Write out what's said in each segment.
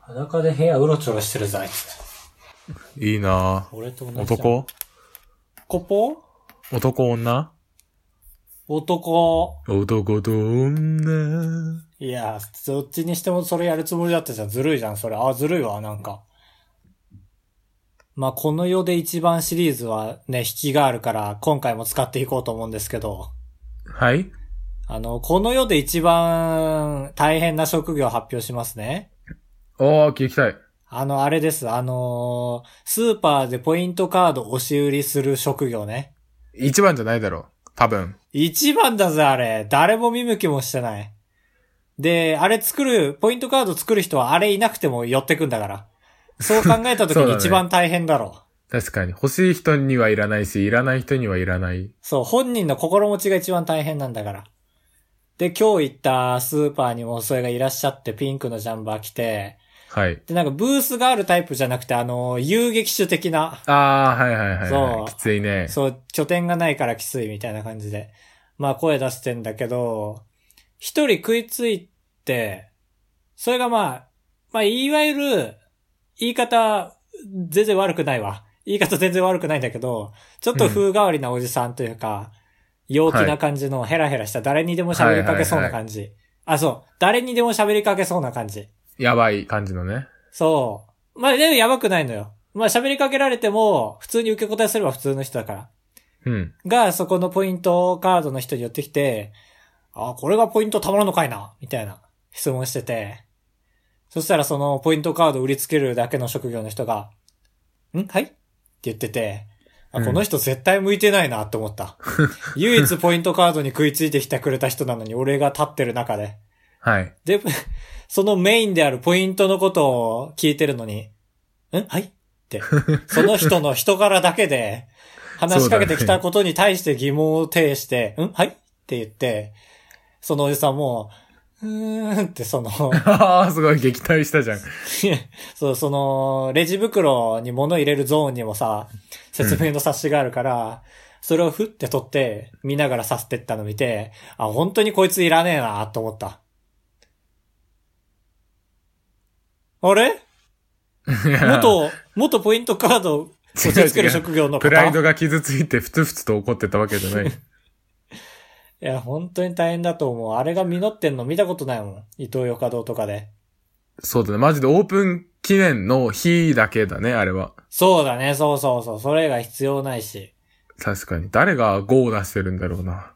裸で部屋うろちょろしてるぞ、あいつ。いいなぁ俺と同じじゃん男ここ男女男。男と女。いや、どっちにしてもそれやるつもりだったじゃん。ずるいじゃん、それ。あ、ずるいわ、なんか。まあ、この世で一番シリーズはね、引きがあるから、今回も使っていこうと思うんですけど、はいあの、この世で一番大変な職業を発表しますね。おー、聞きたい。あの、あれです。あのースーパーでポイントカード押し売りする職業ね。一番じゃないだろう。多分。一番だぜ、あれ。誰も見向きもしてない。で、あれ作る、ポイントカード作る人はあれいなくても寄ってくんだから。そう考えた時 そうだにね一番大変だろう。確かに。欲しい人にはいらないし、いらない人にはいらない。そう、本人の心持ちが一番大変なんだから。で、今日行ったスーパーにもそれがいらっしゃって、ピンクのジャンバー着て、はい。で、なんかブースがあるタイプじゃなくて、あの、遊撃手的な、あー、はいはいはい、そはうい。きついね。そう、拠点がないからきついみたいな感じで。まあ声出してんだけど、一人食いついて、それがまあ、まあいわゆる、言い方、全然悪くないわ。言い方全然悪くないんだけど、ちょっと風変わりなおじさんというか、陽気な感じのヘラヘラした誰にでも喋りかけそうな感じ。あ、そう。誰にでも喋りかけそうな感じ。やばい感じのね。そう。まあ、でもやばくないのよ。まあ、喋りかけられても、普通に受け答えすれば普通の人だから。うん。が、そこのポイントカードの人に寄ってきて、あ、これがポイントたまるのかいなみたいな質問してて。そしたらそのポイントカード売りつけるだけの職業の人が、んはいって言ってて、あうんこの人絶対向いてないなって思った。 唯一ポイントカードに食いついてきてくれた人なのに俺が立ってる中で。はい。 で、 そのメインであるポイントのことを聞いてるのに、んはいって、その人の人柄だけで、話しかけてきたことに対して疑問を呈して、んはいって言って、そのおじさんも、うーんってその、あー、すごい撃退したじゃん。 そう、その、レジ袋に物入れるゾーンにもさ、説明の冊子があるから、それをふって取って、見ながらさせてったの見て、あ、本当にこいついらねえな、と思った。あ れ元、元ポイントカードを落ち着ける職業の方プライドが傷ついてふつふつと怒ってたわけじゃ ない。いや、本当に大変だと思う。あれが実ってんの見たことないもん。伊東洋華堂とかで。そうだね。マジでオープン記念の日だけだね、あれは。そうだね、そうそうそう。それが必要ないし。確かに。誰が5を出してるんだろうな。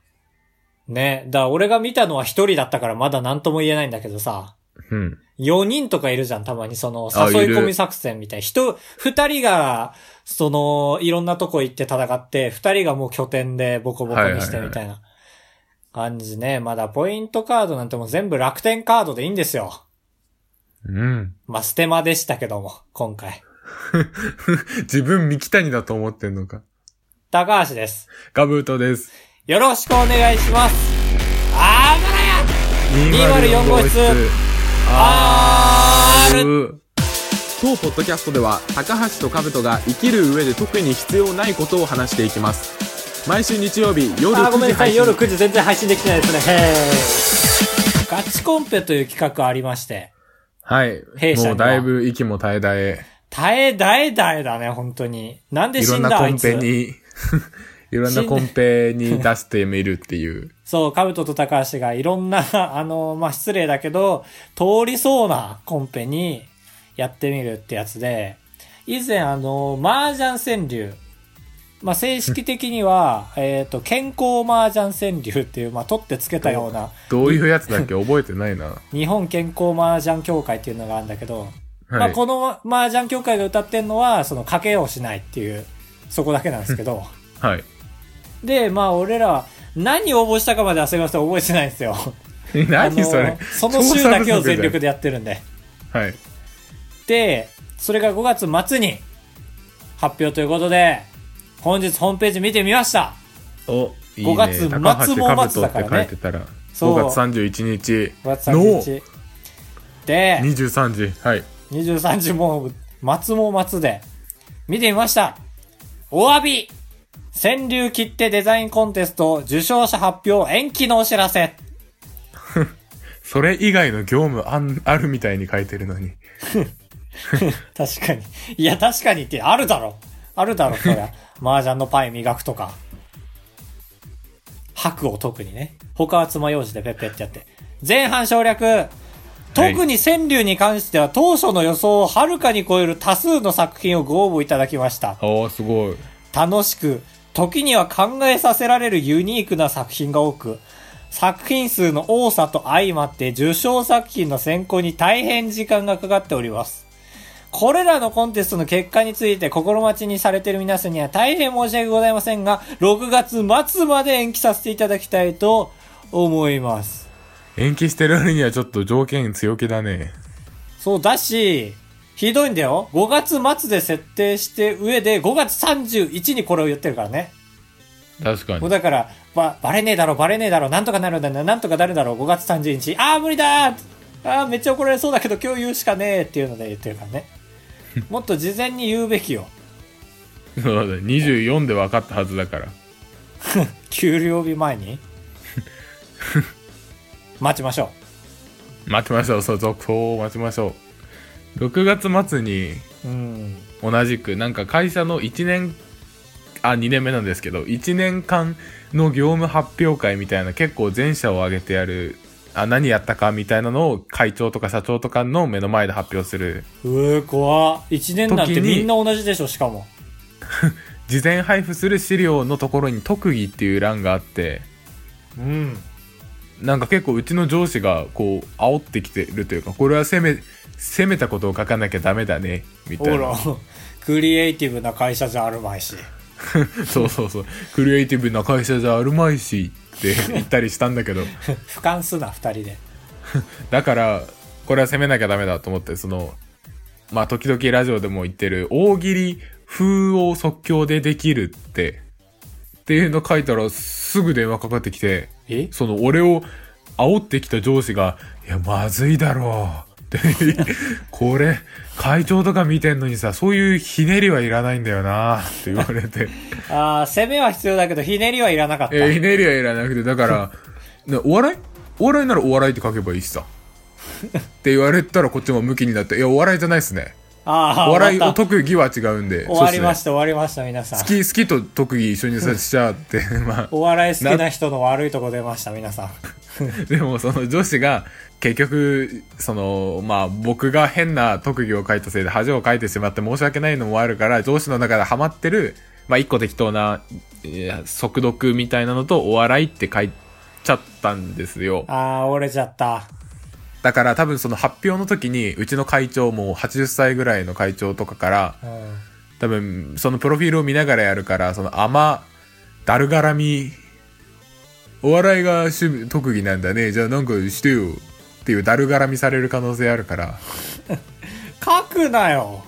ね。だから俺が見たのは一人だったからまだ何とも言えないんだけどさ。うん。 4人とかいるじゃん、たまに。その、あいる誘い込み作戦みたい。人、2人が、その、いろんなとこ行って戦って、2人がもう拠点でボコボコにしてみたいな感じね。まだポイントカードなんてもう全部楽天カードでいいんですよ。うん。 まあ、ステマでしたけども、今回。自分三木谷だと思ってんのか。高橋です。ガブートです。よろしくお願いします。あばらや204号室あーう当ポッドキャストでは高橋と兜が生きる上で特に必要ないことを話していきます毎週日曜日夜あー、ご9め時んなさ配い。信夜9時全然配信できてないですね。へーガチコンペという企画ありまして。はい弊。社にはもうだいぶ息も絶え絶え。耐え、耐え、耐えだね、本当に。なんでいろ死んんだなあコいンペつ。に、 いろんなコンペに出してみるっていう。そう、カブトと高橋がいろんな、 あの、まあ、失礼だけど、通りそうなコンペにやってみるってやつで、以前あの、麻雀川柳。まあ、正式的には、えっと、健康麻雀川柳っていう、まあ、取ってつけたような、どういうやつだっけ覚えてないな。日本健康麻雀協会っていうのがあるんだけど、 まはあ、い。この麻雀協会が歌ってるのは、その、賭けをしないっていう、そこだけなんですけ ど、はい。で、まあ俺らは何応募したかまではすみません、覚えてないんですよ。 何そあれのその週だけを全力で。でやってるん で。はい。で、それが5月末に発表ということで、本日ホームページ見てみましたお、いい五ね。月末高橋も兜末だっからねて書いてたら、そう5月31日 !5 月の31日。で、 23時。はい。 23時もう、末も末で、見てみましたお詫び川柳切手デザインコンテスト受賞者発表延期のお知らせそれ以外の業務あんあるみたいに書いてるのに。 確かに。いや、確かにってあるだろ。あるだろ、そりゃ。麻雀のパイ磨くとか。白を特にね。他は爪楊枝でペッペってやって。前半省略特に川柳に関しては当初の予想をはるかに超える多数の作品をご応募いただきました。ああ、すごい。楽しく、時には考えさせられるユニークな作品が多く、作品数の多さと相まって受賞作品の選考に大変時間がかかっております。これらのコンテストの結果について心待ちにされている皆さんには大変申し訳ございませんが、6月末まで延期させていただきたいと思います。延期してる割にはちょっと条件強気だね。そうだし、ひどいんだよ。5月末で設定して上で5月31にこれを言ってるからね。確かもうに。だから、ば、バレねえだろ、バレねえだろ、なんとかなるんだな、なんとかなるだろう、5月30日。ああ、無理だーああ、めっちゃ怒られそうだけど、今日言うしかねえっていうので言ってるから ね。もっと事前に言うべきよ。そうだね24で分かったはずだから。給料日前 に。待ちましょ待ちましょう。そう、続報を待ちましょう。6月末にう。うん。同じく、なんか会社の1年、あ、2年目なんですけど、1年間の業務発表会みたいな、結構全社を挙げてやる、あ、何やったかみたいなのを会長とか社長とかの目の前で発表する。うえ、怖っ一年なんて時にみんな同じでしょ、しかも。事前配布する資料のところに特技っていう欄があって、うん。なんか結構うちの上司がこう煽ってきてるというかこれは攻め攻めたことを書かなきゃダメだねみほたいらな、クリエイティブな会社じゃあるまいし。そうそうそう クリエイティブな会社じゃあるまいしって言ったりしたんだけど俯瞰すな、二人で。だからこれは攻めなきゃダメだと思ってそのまあ時々ラジオでも言ってる大喜利風を即興でできるってっていうの書いたらすぐ電話かかってきてえその俺を煽ってきた上司が、いや、まずいだろう。って これ、会長とか見てんのにさ、そういうひねりはいらないんだよな、って言われて。ああ、攻めは必要だけど、ひねりはいらなかった。えひねりはいらなくて、だから、なお笑いお笑いならお笑いって書けばいいしさ。って言われたらこっちもムキになって、いや、お笑いじゃないっすね。ああ、お笑い終わとった特技は違うんで。終わりましした、終わりました、皆さん好。き、好きと特技一緒にさしちゃうって、まあ。お笑い好きな人の悪いとこ出ました、皆さん。でもその上司が結局そのまあ僕が変な特技を書いたせいで恥をかいてしまって申し訳ないのもあるから上司の中でハマってるまあ一個適当な、えー速読みたいなのとお笑いって書いちゃったんですよああ、折れちゃった。だから多分その発表の時にうちの会長もう80歳ぐらいの会長とかからうん。多分そのプロフィールを見ながらやるからその甘だるがらみお笑いが趣味特技なんだねじゃあなんかしてよっていうだるがらみされる可能性あるから 書くなよ。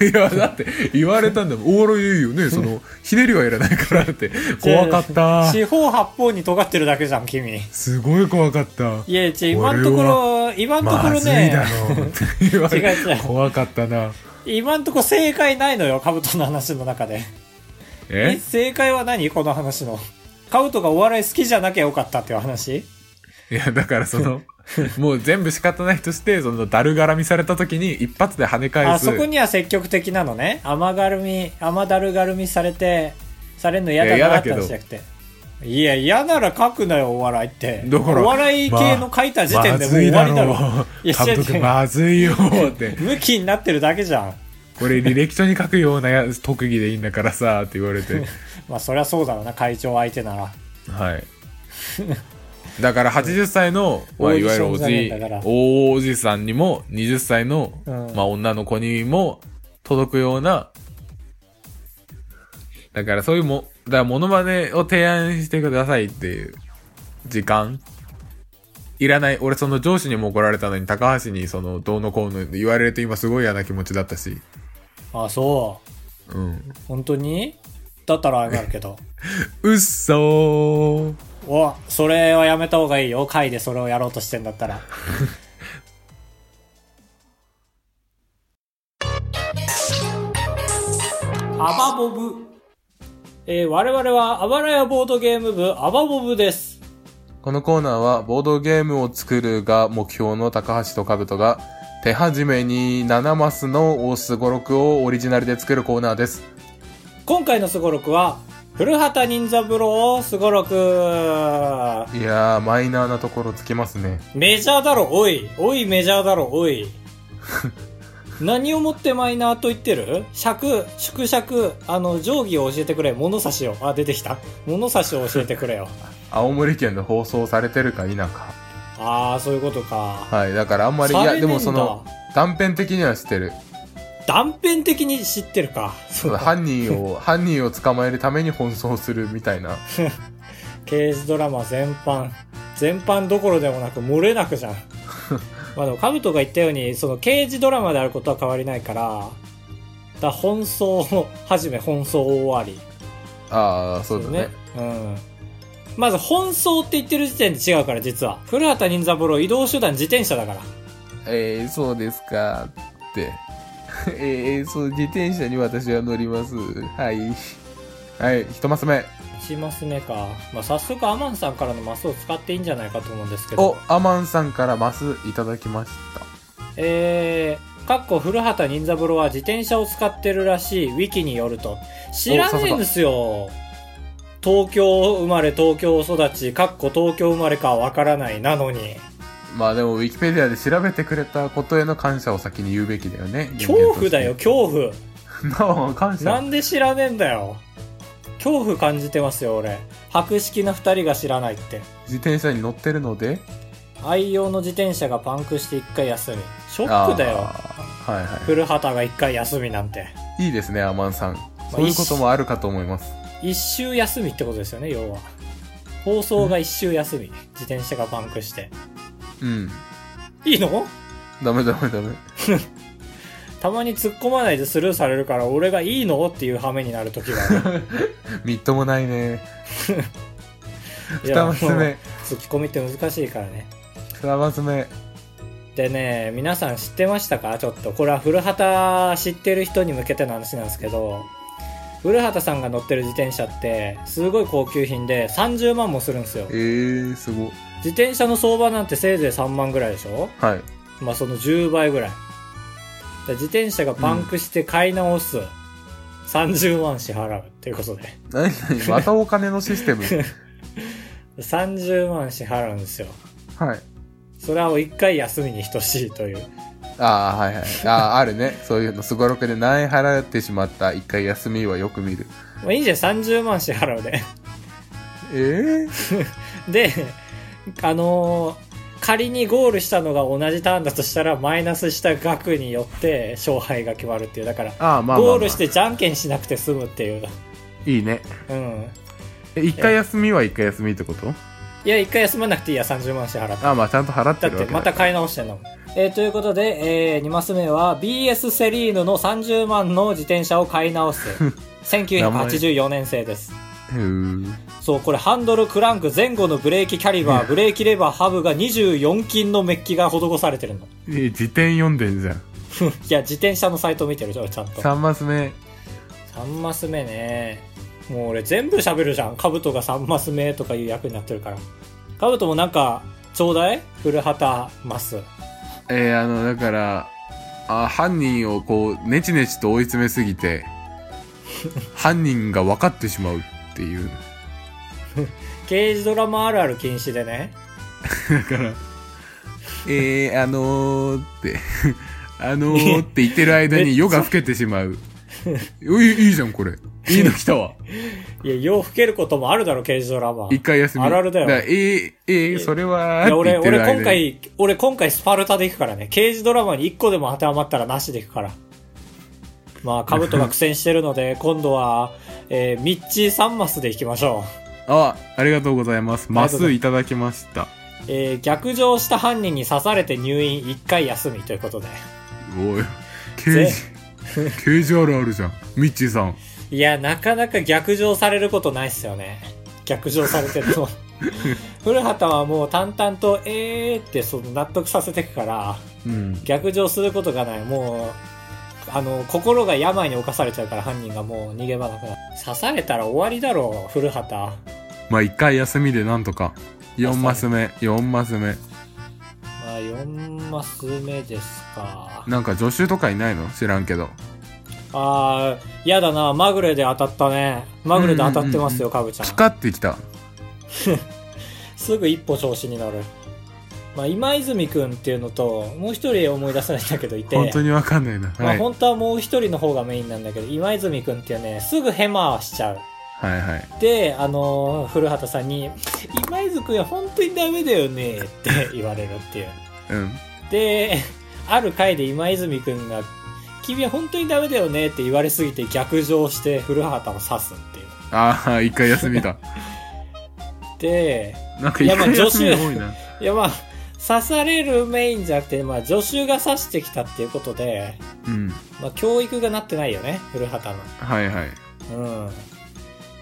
いやだって言われたんだもんお笑いいいよねそのひねりはいらないからって怖かった四方八方に尖ってるだけじゃん、君。すごい怖かったいや、ちょ、今のところ、今のとこまろずいだね、ろうって言われ違う違う怖かったな今のところ正解ないのよ、カブトの話の中で。ええ正解は何この話の。カブトがお笑い好きじゃなきゃよかったっていう話いや、だから その、もう全部仕方ないとして、その、だるがらみされた時に一発で跳ね返あす。そこには積極的なのね甘がるみ甘だるがるみされてされるの嫌いだや嫌なだってけど話じゃなくていや嫌なら書くなよお笑いってだからお笑い系の書いた時点でもう終わりだろ,、いや監違う違督うまずいよって向きになってるだけじゃんこれ履歴書に書くようなや特技でいいんだからさって言われてまあそりゃそうだろうな会長相手なら はいだから80歳の、まあ、オーいディわシゆるョンおじゃねえじんだから大おじさんにも20歳の、うんまあ、女の子にも届くようなだからそういうもだからモノマネを提案してくださいっていう時間いらない俺その上司にも怒られたのに高橋にそのどうのこうの言われると今すごい嫌な気持ちだったしあそううん本当にだったら謝るけどうっそーおそれはやめた方がいいよ会でそれをやろうとしてんだったら アバボブ、えー我々はアバラヤボードゲーム部アバボブですこのコーナーはボードゲームを作るが目標の高橋と兜が手始めに7マスのすごろくをオリジナルで作るコーナーです。今回のすごろくは、古畑任三郎すごろくいやー、マイナーなところつきますね。メジャーだろ、おい。おい、メジャーだろ、お い。何をもってマイナーと言ってる尺、縮尺、あの、定規を教えてくれ。物差しを。あ、出てきた。物差しを教えてく れよ。青森県で放送されてるか否か。あー、そういうことか。はい、だからあんまり、いさや、れねえんだでもその、断片的にはしてる。断片的に知ってるか。そそうだ犯人を、犯人を捕まえるために奔走するみたいな。刑事ドラマ全般全般どころでもなく漏れなくじゃ んまあでもカブトが言ったようにその刑事ドラマであることは変わりないからだ本争始め本争終わりああ、そうだね。うんまず本争って言ってる時点で違うから実は古畑任三郎移動手段自転車だからえー、そうですかって。 えー、そう、自転車に私は乗ります。はい。はい、一マス目。 1マス目か、まあ、早速アマンさんからのマスを使っていいんじゃないかと思うんですけおど、アマンさんからマスいただきました。えー、かっこ古畑任三郎は自転車を使ってるらしい、ウィキによると。知らないんですよ。東京生まれ、東京育ち、かっこ東京生まれかわからない、なのに。まあでも、ウィキペディアで調べてくれたことへの感謝を先に言うべきだよね。恐怖だよ、人恐怖。間として。 なあ、な感謝。んで知らねえんだよ。恐怖感じてますよ、俺。白色な二人が知らないって。自転車に乗ってるので。愛用の自転車がパンクして一回休み。ショックだよ。あーはいは古畑が一回休みなんて。い。いいですね、アマンさん。そういうこともあるかと思います。一周休みってことですよね要は放送が一周休み自転車がパンクしてうん。いいのダメダメダメ。たまに突っ込まないでスルーされるから俺がいいのっていう羽目になる時があ るみっともないね。い二マスもう目。突っ込みって難しいからね二マス目。でね皆さん知ってましたかちょっとこれは古畑知ってる人に向けての話なんですけど古畑さんが乗ってる自転車ってすごい高級品で30万もするんですよえー、すごい。自転車の相場なんてせいぜい3万ぐらいでしょはい。まあその10倍ぐらい。だから自転車がパンクして買い直す。30万支払うっていうことで。何何 またお金のシステム。 30万支払うんですよ。はい。それは一回休みに等しいという。ああ、はいはい。ああ、あるね。そういうの、すごろくで何円払ってしまった一回休みはよく見る。まあいいじゃん、30万支払うで。ええで、 あのー仮にゴールしたのが同じターンだとしたら、マイナスした額によって勝敗が決まるっていう。だから、ああ、まあまあ、まあ。ゴールしてじゃんけんしなくて済むっていう。いいね。うん。え、一回休みは一回休みってこといや、一回休まなくていいや、30万支払って。ああ、まあちゃんと払ってだっるわけてだ。また買い直してんの。えーということで、え2マス目は BS セリーヌの30万の自転車を買い直 す。1984年製です。うーそう、これハンドル、クランク、前後のブレーキキャリバー、ブレーキレバー、ハブが24金のメッキが施されてるの。えー、辞典読んでんじゃん。いや、自転車のサイト見てるじゃん、ちゃんと。 3マス目。 3マス目ね。もう俺全部喋るじゃん。カブトが3マス目とかいう役になってるから。カブトもなんか、ちょうだい古畑マス。えー、あの、だから、あ犯人をこう、ねちねちと追い詰めす ぎて、犯人が分かってしまうっていう。刑事ドラマあるある禁止でね。だから、えー、あのーって、 あのーって言ってる間に夜が更けて しまう。いいいいじゃん、これ。いいの来たわ。いや、よう吹けることもあるだろ、刑事ドラマ。一回休み。あるあるだよからえー、えー、それは、いや、俺、って言俺ってる間に今。回、俺今回スパルタで行くからね。刑事ドラマに一個でも当てはまったらなしで行くから。まあ、カブトが苦戦してるので、今度は、えー、ミッチー3マスで行きましょう。あ、ありがとうございます。マありがとうごスざいいただきました。えー、逆上した犯人に刺されて入院1回休みということで。おい、刑事、刑事あるあるじゃん。ミッチーさん。いや、なかなか逆上されることないっすよね。逆上されて ると。古畑はもう淡々と、えーってその納得させていくから、うん。逆上することがないもうあの心が病に侵されちゃうから犯人がもう逃げ場なくなる刺されたら終わりだろう古畑まあ、一回休みでなんとか。4マス目、4マス目。まあ、4 4マス目ですか。なんか助手とかいないの知らんけど。あー、嫌だな。まぐれで当たったね。まぐれで当たってますよ、かぶちゃん。光ってきた。すぐ一歩調子に乗る。まあ、今泉くんっていうのと、もう一人思い出せないんだけどいて、本当にわかんないな。まはあ、い。本当はもう一人の方がメインなんだけど、今泉くんっていうね、すぐヘマしちゃう。はいはい。で、あのー古畑さんに、今泉くんは本当にダメだよねって言われるっていう。うん。で、ある回で今泉くんが、君は本当にダメだよねって言われすぎて逆上して古畑を刺すっていう。ああ、一回休 みだ。で、なんか一回休み多いな。いやまあ、刺されるメインじゃなくて、まあ助手が刺してきたっていうことで、うん。まあ教育がなってないよね、古畑はいはい。の。うん。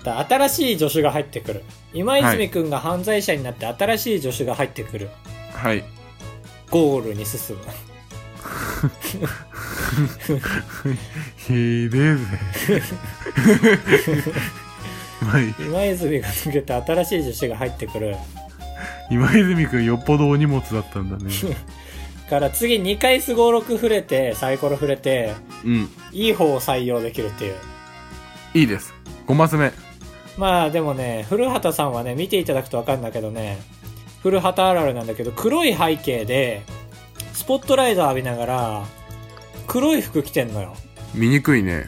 だ新しい助手が入ってくる。今泉くんが犯罪者になって新しい助手が入ってくる。はい。ゴールに進む。ひでえぜ。はい。今泉が抜けて新しい助手が入ってくる。 今泉くんよっぽどお荷物だったんだ ね。から次2回すごろく触れて、サイコロ触れて、うん。いい方を採用できるっていう。いいです。5マス目。まあでもね、古畑さんはね、見ていただくとわかるんだけどね、古畑あるあるなんだけど、黒い背景で、スポットライト浴びながら、黒い服着てんのよ。見にくいね。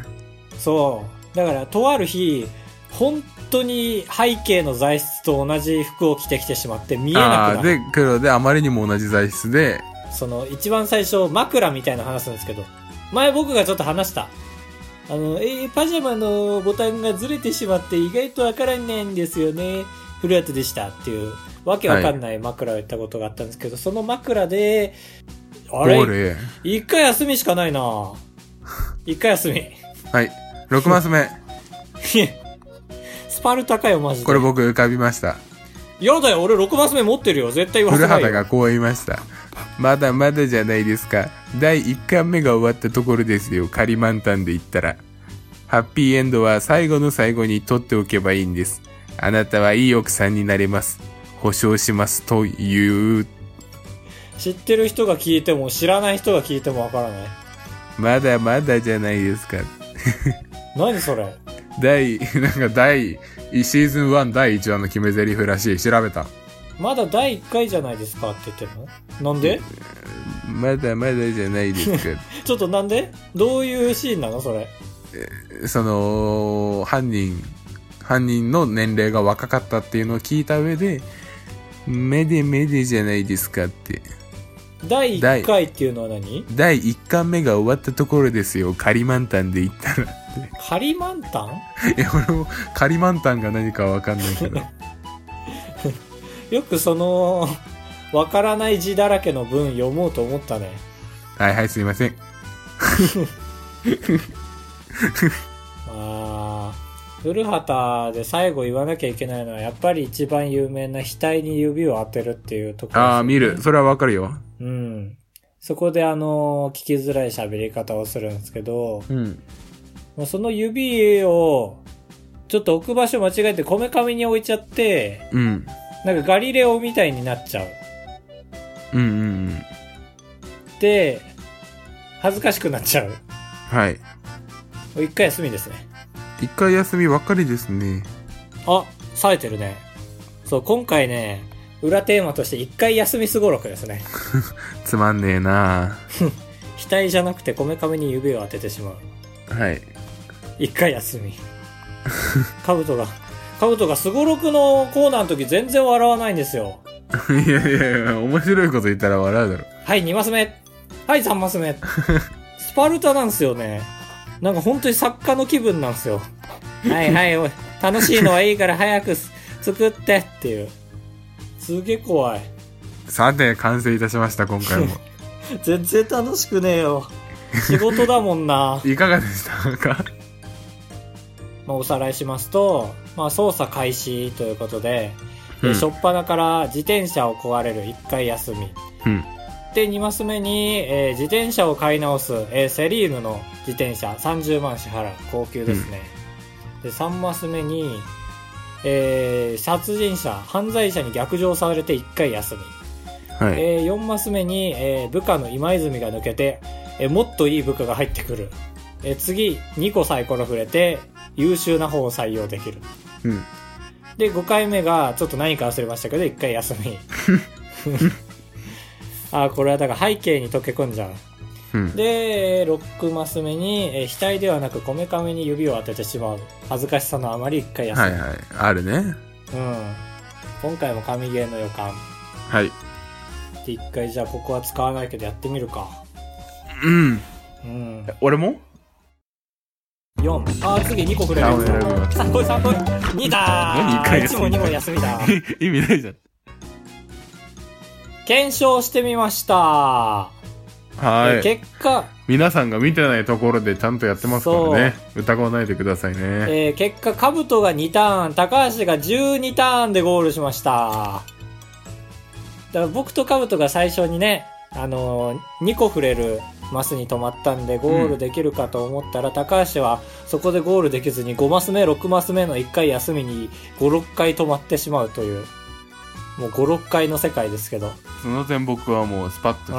そう。だから、とある日、本当に背景の材質と同じ服を着てきてしまって見えなあくなあ、る。で、黒であまりにも同じ材質で、その、一番最初、枕みたいなの話すんですけど、前僕がちょっと話した。あの、えーパジャマのボタンがずれてしまって意外とわからないんですよね。古畑でしたっていう、わけわかんない枕を言ったことがあったんですけど、その枕で、あゴーれルへ。一回休みしかないな一回休み。 はい。6マス目。スパルタかよ、マジで。これ僕浮かびました。やだよ、俺6マス目持ってるよ。絶 対言わせ古ないよ。畑がこう言いました。まだまだじゃないですか。第1巻目が終わったところですよ。カリマンタンで言ったら。ハッピーエンドは最後の最後に取っておけばいいんです。あなたはいい奥さんになれます。保証します。という。知ってる人が聞いても、知らない人が聞いてもわからない。まだまだじゃないですか。何それ。第、 なんか第、シーズン1第1話の決め台詞らしい。調べた。まだ第1回じゃないですかって言ってるのなんでまだまだじゃないですか。ちょっとなんでどういうシーンなのそれ。その犯人犯人の年齢が若かったっていうのを聞いた上で「目で目でじゃないですか」って第1回っていうのは何第1巻目が終わったところですよカリマンタンで言ったら カリマンタンいや俺もカリマンタンが何かわかんないけど よくその、 わからない字だらけの文読もうと思ったね。はいはいすいませんあー、古畑で最後言わなきゃいけないのは、やっぱり一番有名な額に指を当てるっていうところですよね、ああ見るそれはわかるようん。そこであの、聞きづらい喋り方をするんですけど、うんもうその指を、ちょっと置く場所間違えてこめかみに置いちゃって、うんなんかガリレオみたいになっちゃう。うんうんうんで、恥ずかしくなっちゃう。もはいう一回休みですね。一回休みばっかりですねあ、冴えてるね。そう、今回ね、裏テーマとして一回休みすごろくですね。つまんねえな額じゃなくてこめかみに指を当ててしまう。はい 一回休み。カブトが、カブトがすごろくのコーナーの時全然笑わないんですよ。いやいやいや面白いこと言ったら笑うだろはい、2マス目。はい、3マス 目。スパルタなんですよね。なんか本当に作家の気分なんですよ。はいはい、おい楽しいのはいいから早くす作ってっていう。すげえ怖い。さて、完成いたしました、今回も。全然楽しくねえよ。仕事だもんな。 いかがでしたかまあ、おさらいしますと、まあ、操作開始ということで、うでん初っ端から自転車を壊れる1回休み。うん。で、2マス目に、えー自転車を買い直す、えーセリーヌの自転車、30万支払う。高級ですね。で、3マス目に、えー殺人者、犯罪者に逆上されて1回休み。はい。えー4マス目に、えー部下の今泉が抜けて、えーもっといい部下が入ってくる、えー次2個サイコロ触れて優秀な方を採用できるうん。で5回目がちょっと何か忘れましたけど1回休みあーこれはだから背景に溶け込んじゃううん。で6マス目に、えー額ではなくこめかみに指を当ててしまう恥ずかしさのあまり1回休み、はいはい。あるね。うん、今回も神ゲーの予感はい。で1回じゃあここは使わないけどやってみるかうん。うん俺も 4あー次2個くれるダブルブル3個3個2だー何一回休1みも2も休みだ意味ないじゃん。検証してみました、はえい。結果、皆さんが見てないところでちゃんとやってますからね。疑わないでくださいえね。ー結果カブトが2ターン高橋が12ターンでゴールしましただから僕とカブトが最初にねあの2個触れるマスに止まったんでゴールできるかと思ったら、高橋はそこでゴールできずに5マス目6マス目の1回休みに56回止まってしまうというもう56回の世界ですけどその点僕はもうスパッと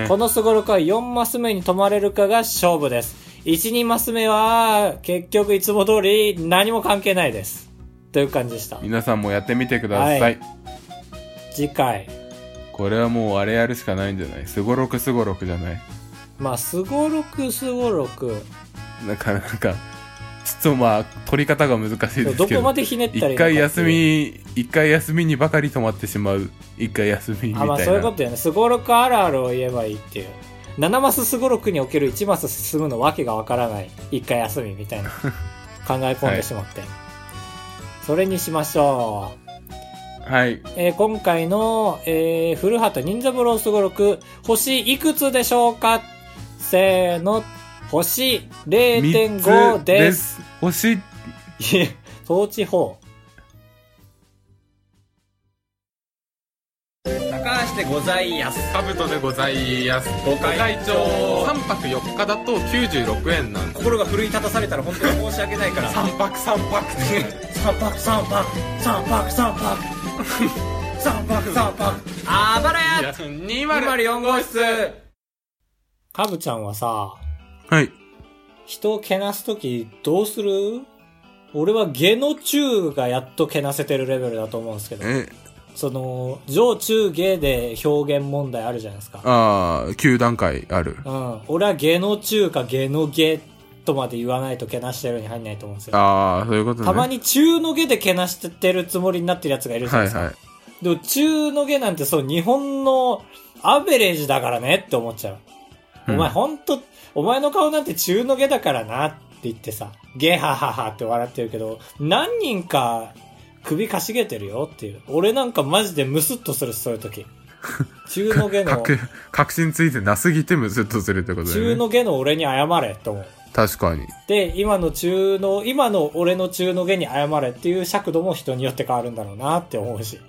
うんこのすごろくは4マス目に止まれるかが勝負です。1、2マス目は、結局いつも通り何も関係ないです。という感じでした。皆さんもやってみてください。はい次回。これはもうあれやるしかないんじゃないすごろくすごろくじゃないまあ、すごろくすごろく。なんか、なんか、ちょっとまあ、取り方が難しいですどけこまど。でひねったらいいの一かって回いう休。み、一回休みにばかり止まってしまう。一回休みみたあ、いまあな。そういうことよね。すごろくあるあるを言えばいいっていう。7マスすごろくにおける1マス進むのわけがわからない。1回休みみたい な。考え込んでしまって。それにしましょう。はい。えー今回の、えー古畑任三郎すごろく、星いくつでしょうかせーの、星三0.5つです。。星、いえ、統治法。高橋でございやす。カブトでございます。ご会長。3泊4日だと96円なんで。心が奮い立たされたら本当に申し訳ないから。3 3泊3泊泊3泊、3泊3泊、3泊3泊、あばらや204号室カブちゃんはさ、はい。人をけなすときどうする俺は下の中がやっとけなせてるレベルだと思うんですけど。え、その、上中下で表現問題あるじゃないですか。ああ、9段階ある。うん。俺は下の中か下の下とまで言わないとけなしてるに入んないと思うんですよ。ああ、そういうことね。たまに中の下でけなしてってるつもりになってるやつがいるじゃなはいでいすか。はい。でも中の下なんてそう日本のアベレージだからねって思っちゃう。うんお前ほんと、お前の顔なんて中の下だからなって言ってさ、ゲハハハって笑ってるけど、何人か首かしげてるよっていう。俺なんかマジでムスッとするそういう 時。中の下の、確、確信ついてなすぎてむずっとするってことだ中よね。の下の俺に謝れと思う。確かに。で、今の中の、今の俺の中の下に謝れっていう尺度も人によって変わるんだろうなって思うし、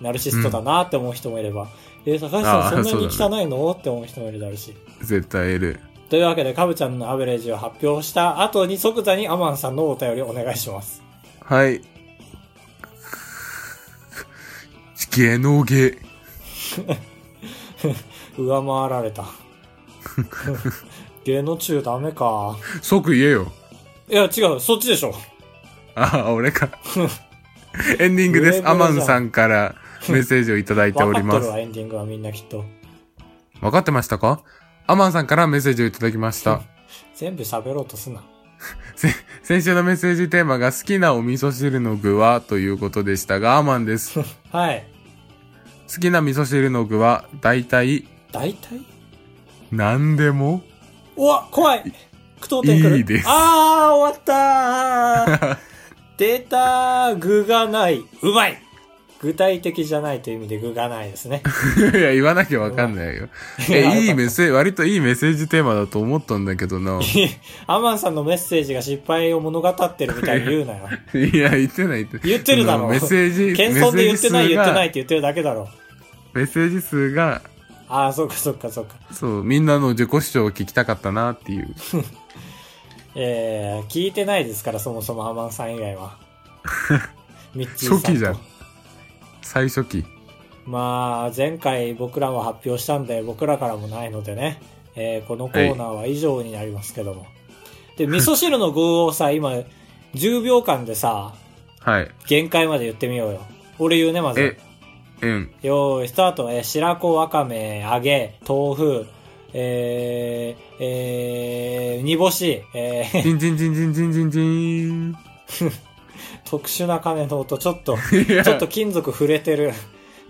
ナルシストだなって思う人もいれば、え、高橋さあーんそんなにそうだ汚いの、って思う人もいるだろうし。絶対いる。というわけで、カブちゃんのアベレージを発表した後に即座にアマンさんのお便りをお願いします。はい。ゲノゲ。上回られた。下の中ダメか。即言えよ。いや、違う、そっちでしょ。ああ、俺か。エンディングです。上ア物じゃマんンさんからメッセージをいただいてお分かりっとまる す。わ、エンディングはみんなきっと。わかってましたかアマンさんからメッセージをいただきました。全部喋ろうとすな。せ先週のメッセージテーマが好きなお味噌汁の具はということでしたが、アマンです。好はい。きな味噌汁の具は大体大体何でも うわ、怖い苦闘点来る。いいですあー、終わったー 出たー具がない。うまい具体的じゃないという意味で具がないですね。いや、言わなきゃわかんないよ。いやえ、いいメッセージ、割といいメッセージテーマだと思ったんだけどな。アマンさんのメッセージが失敗を物語ってるみたいに言う なよ。いや、言ってない言ってない言ってるだろメッセージ、謙遜で言ってないメッセージ数言がってないって言ってるだけだろ。メッセージ数が、あー、そっかそっかそっか。そう、みんなの自己主張を聞きたかったなっていう。えー、聞いてないですから、そもそもア マンさん以外は。ミッチーさん初と。期じゃん。最初期。まあ、前回僕らは発表したんで、僕らからもないのでね、えーこのコーナーは以上になりますけども。で、味噌汁の具をさ、今、10秒間でさ、はい。限界まで言ってみようよ。俺言うね、まずえ。、うん。よーい、スタート。えー白子、わかめ、揚げ、豆腐、えー、えー、煮干し、えー、 ジンジンジンジンジンジンジン。特殊な鐘の音、ちょっと、い やちょっと金属触れてる。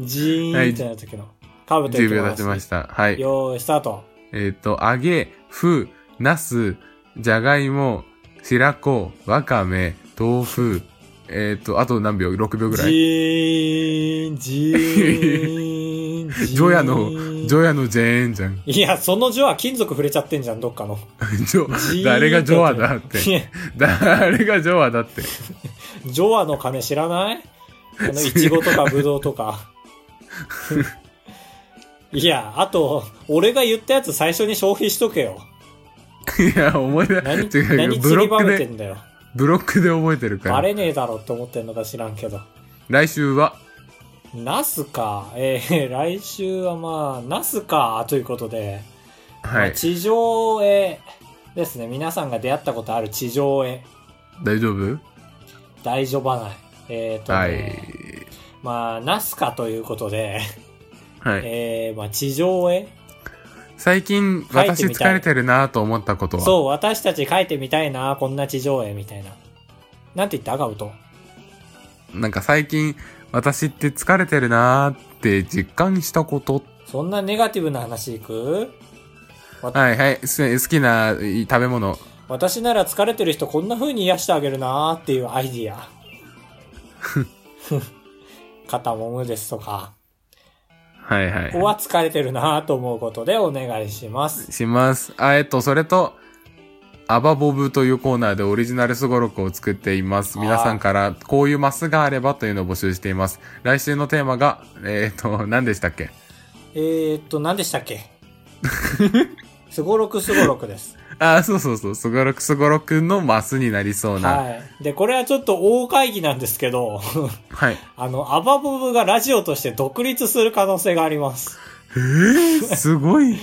ジーンってなる時の。か ぶってい10き秒ま経ちす。ました。はい。よーい、スタート。えっ、と、揚げ、ふ、なす、じゃがいも、白子、わかめ、豆腐、えっ、と、あと何秒 ?6 秒ぐらジい。ーン、ジーン、ジーン。 ジョヤの、ジョヤのジェーンじゃん。いや、そのジョは金属触れちゃってんじゃん、どっかの。ジジーンョ、 誰がジョアだって。いや誰がジョアだって。ジョアの鐘知らないあの、イチゴとかブドウと か。いや、あと、俺が言ったやつ最初に消費しとけよ。いや、思い出、何、違う、何ブ散ロりばックめてでんだよ。ブロックで覚えてるかバら。レねえだろって思ってんのか知らんけど。来週は、ナスか。えー、来週はまあ、ナスか、ということで、まはあい、地上へですね、皆さんが出会ったことある地上へ、大丈夫大丈夫はない。えっ、とね、はい。まあ、ナスかということで、はい。えー、まあ、地上へ。最近、書い私てみたい疲れてるなと思ったことは。そう、私たち書いてみたいな、こんな地上絵みたいな。なんて言ったガウト。なんか最近、私って疲れてるなーって実感したこと。そんなネガティブな話いくはいはい。す好きない食べ物。私なら疲れてる人こんな風に癒してあげるなーっていうアイディア。肩揉むですとか、はいはここは疲れてるなーと思うことでお願いします。い。します。あ、えっと、それと、アバボブというコーナーでオリジナルスゴロクを作っています。あー皆さんからこういうマスがあればというのを募集しています。来週のテーマが、えっと、何でしたっけえー、っと、何でしたっけすごろくすごろくです。あー、そうそうそう。スゴロクスゴロクのマスになりそうな。 はい。で、これはちょっと大会議なんですけど、 はい。あの、アバボブがラジオとして独立する可能性があります。すごい。ち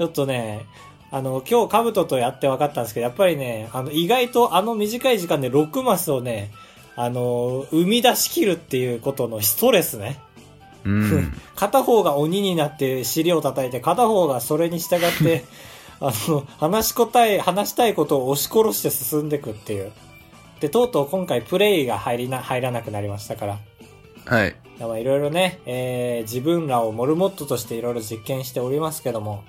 ょっとね、あの、今日カブトとやって分かったんですけど、やっぱりね、あの、意外とあの短い時間で6マスをね、あの、生み出しきるっていうことのストレスね。うん。 片方が鬼になって尻を叩いて、片方がそれに従って、 あの、話し答え、話したいことを押し殺して進んでいくっていう。で、とうとう今回プレイが入りな、入らなくなりましたから。はい。 まあいろいろね、えー自分らをモルモットとしていろいろ実験しておりますけども、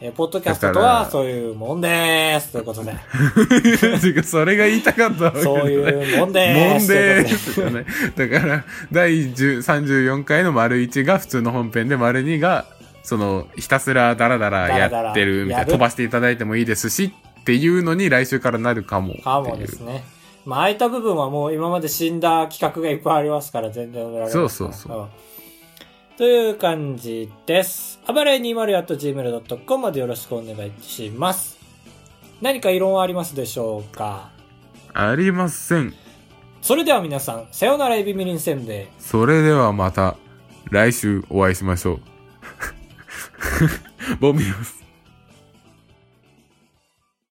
えーポッドキャストとだからはそういうもんでーすということで、てかそれが言いたかったわけじゃそなういうもんでもーんすというでことでーすじゃない。だから、第10 34回の丸1が普通の本編で、丸2が、その、ひたすらダラダラやってるみたダラダラやいな、る飛ばしていただいてもいいですし、っていうのに来週からなるかも。かもですね。まあ、空いた部分はもう今まで死んだ企画がいっぱいありますから、全然埋められますからそうそうそうんという感じです。あばれ 20.gmail.com までよろしくお願いします。何か異論はありますでしょうかありません。それでは皆さん、さよならエビみりんせんべい。それで はまた、来週お会いしましょう。ボンビーです。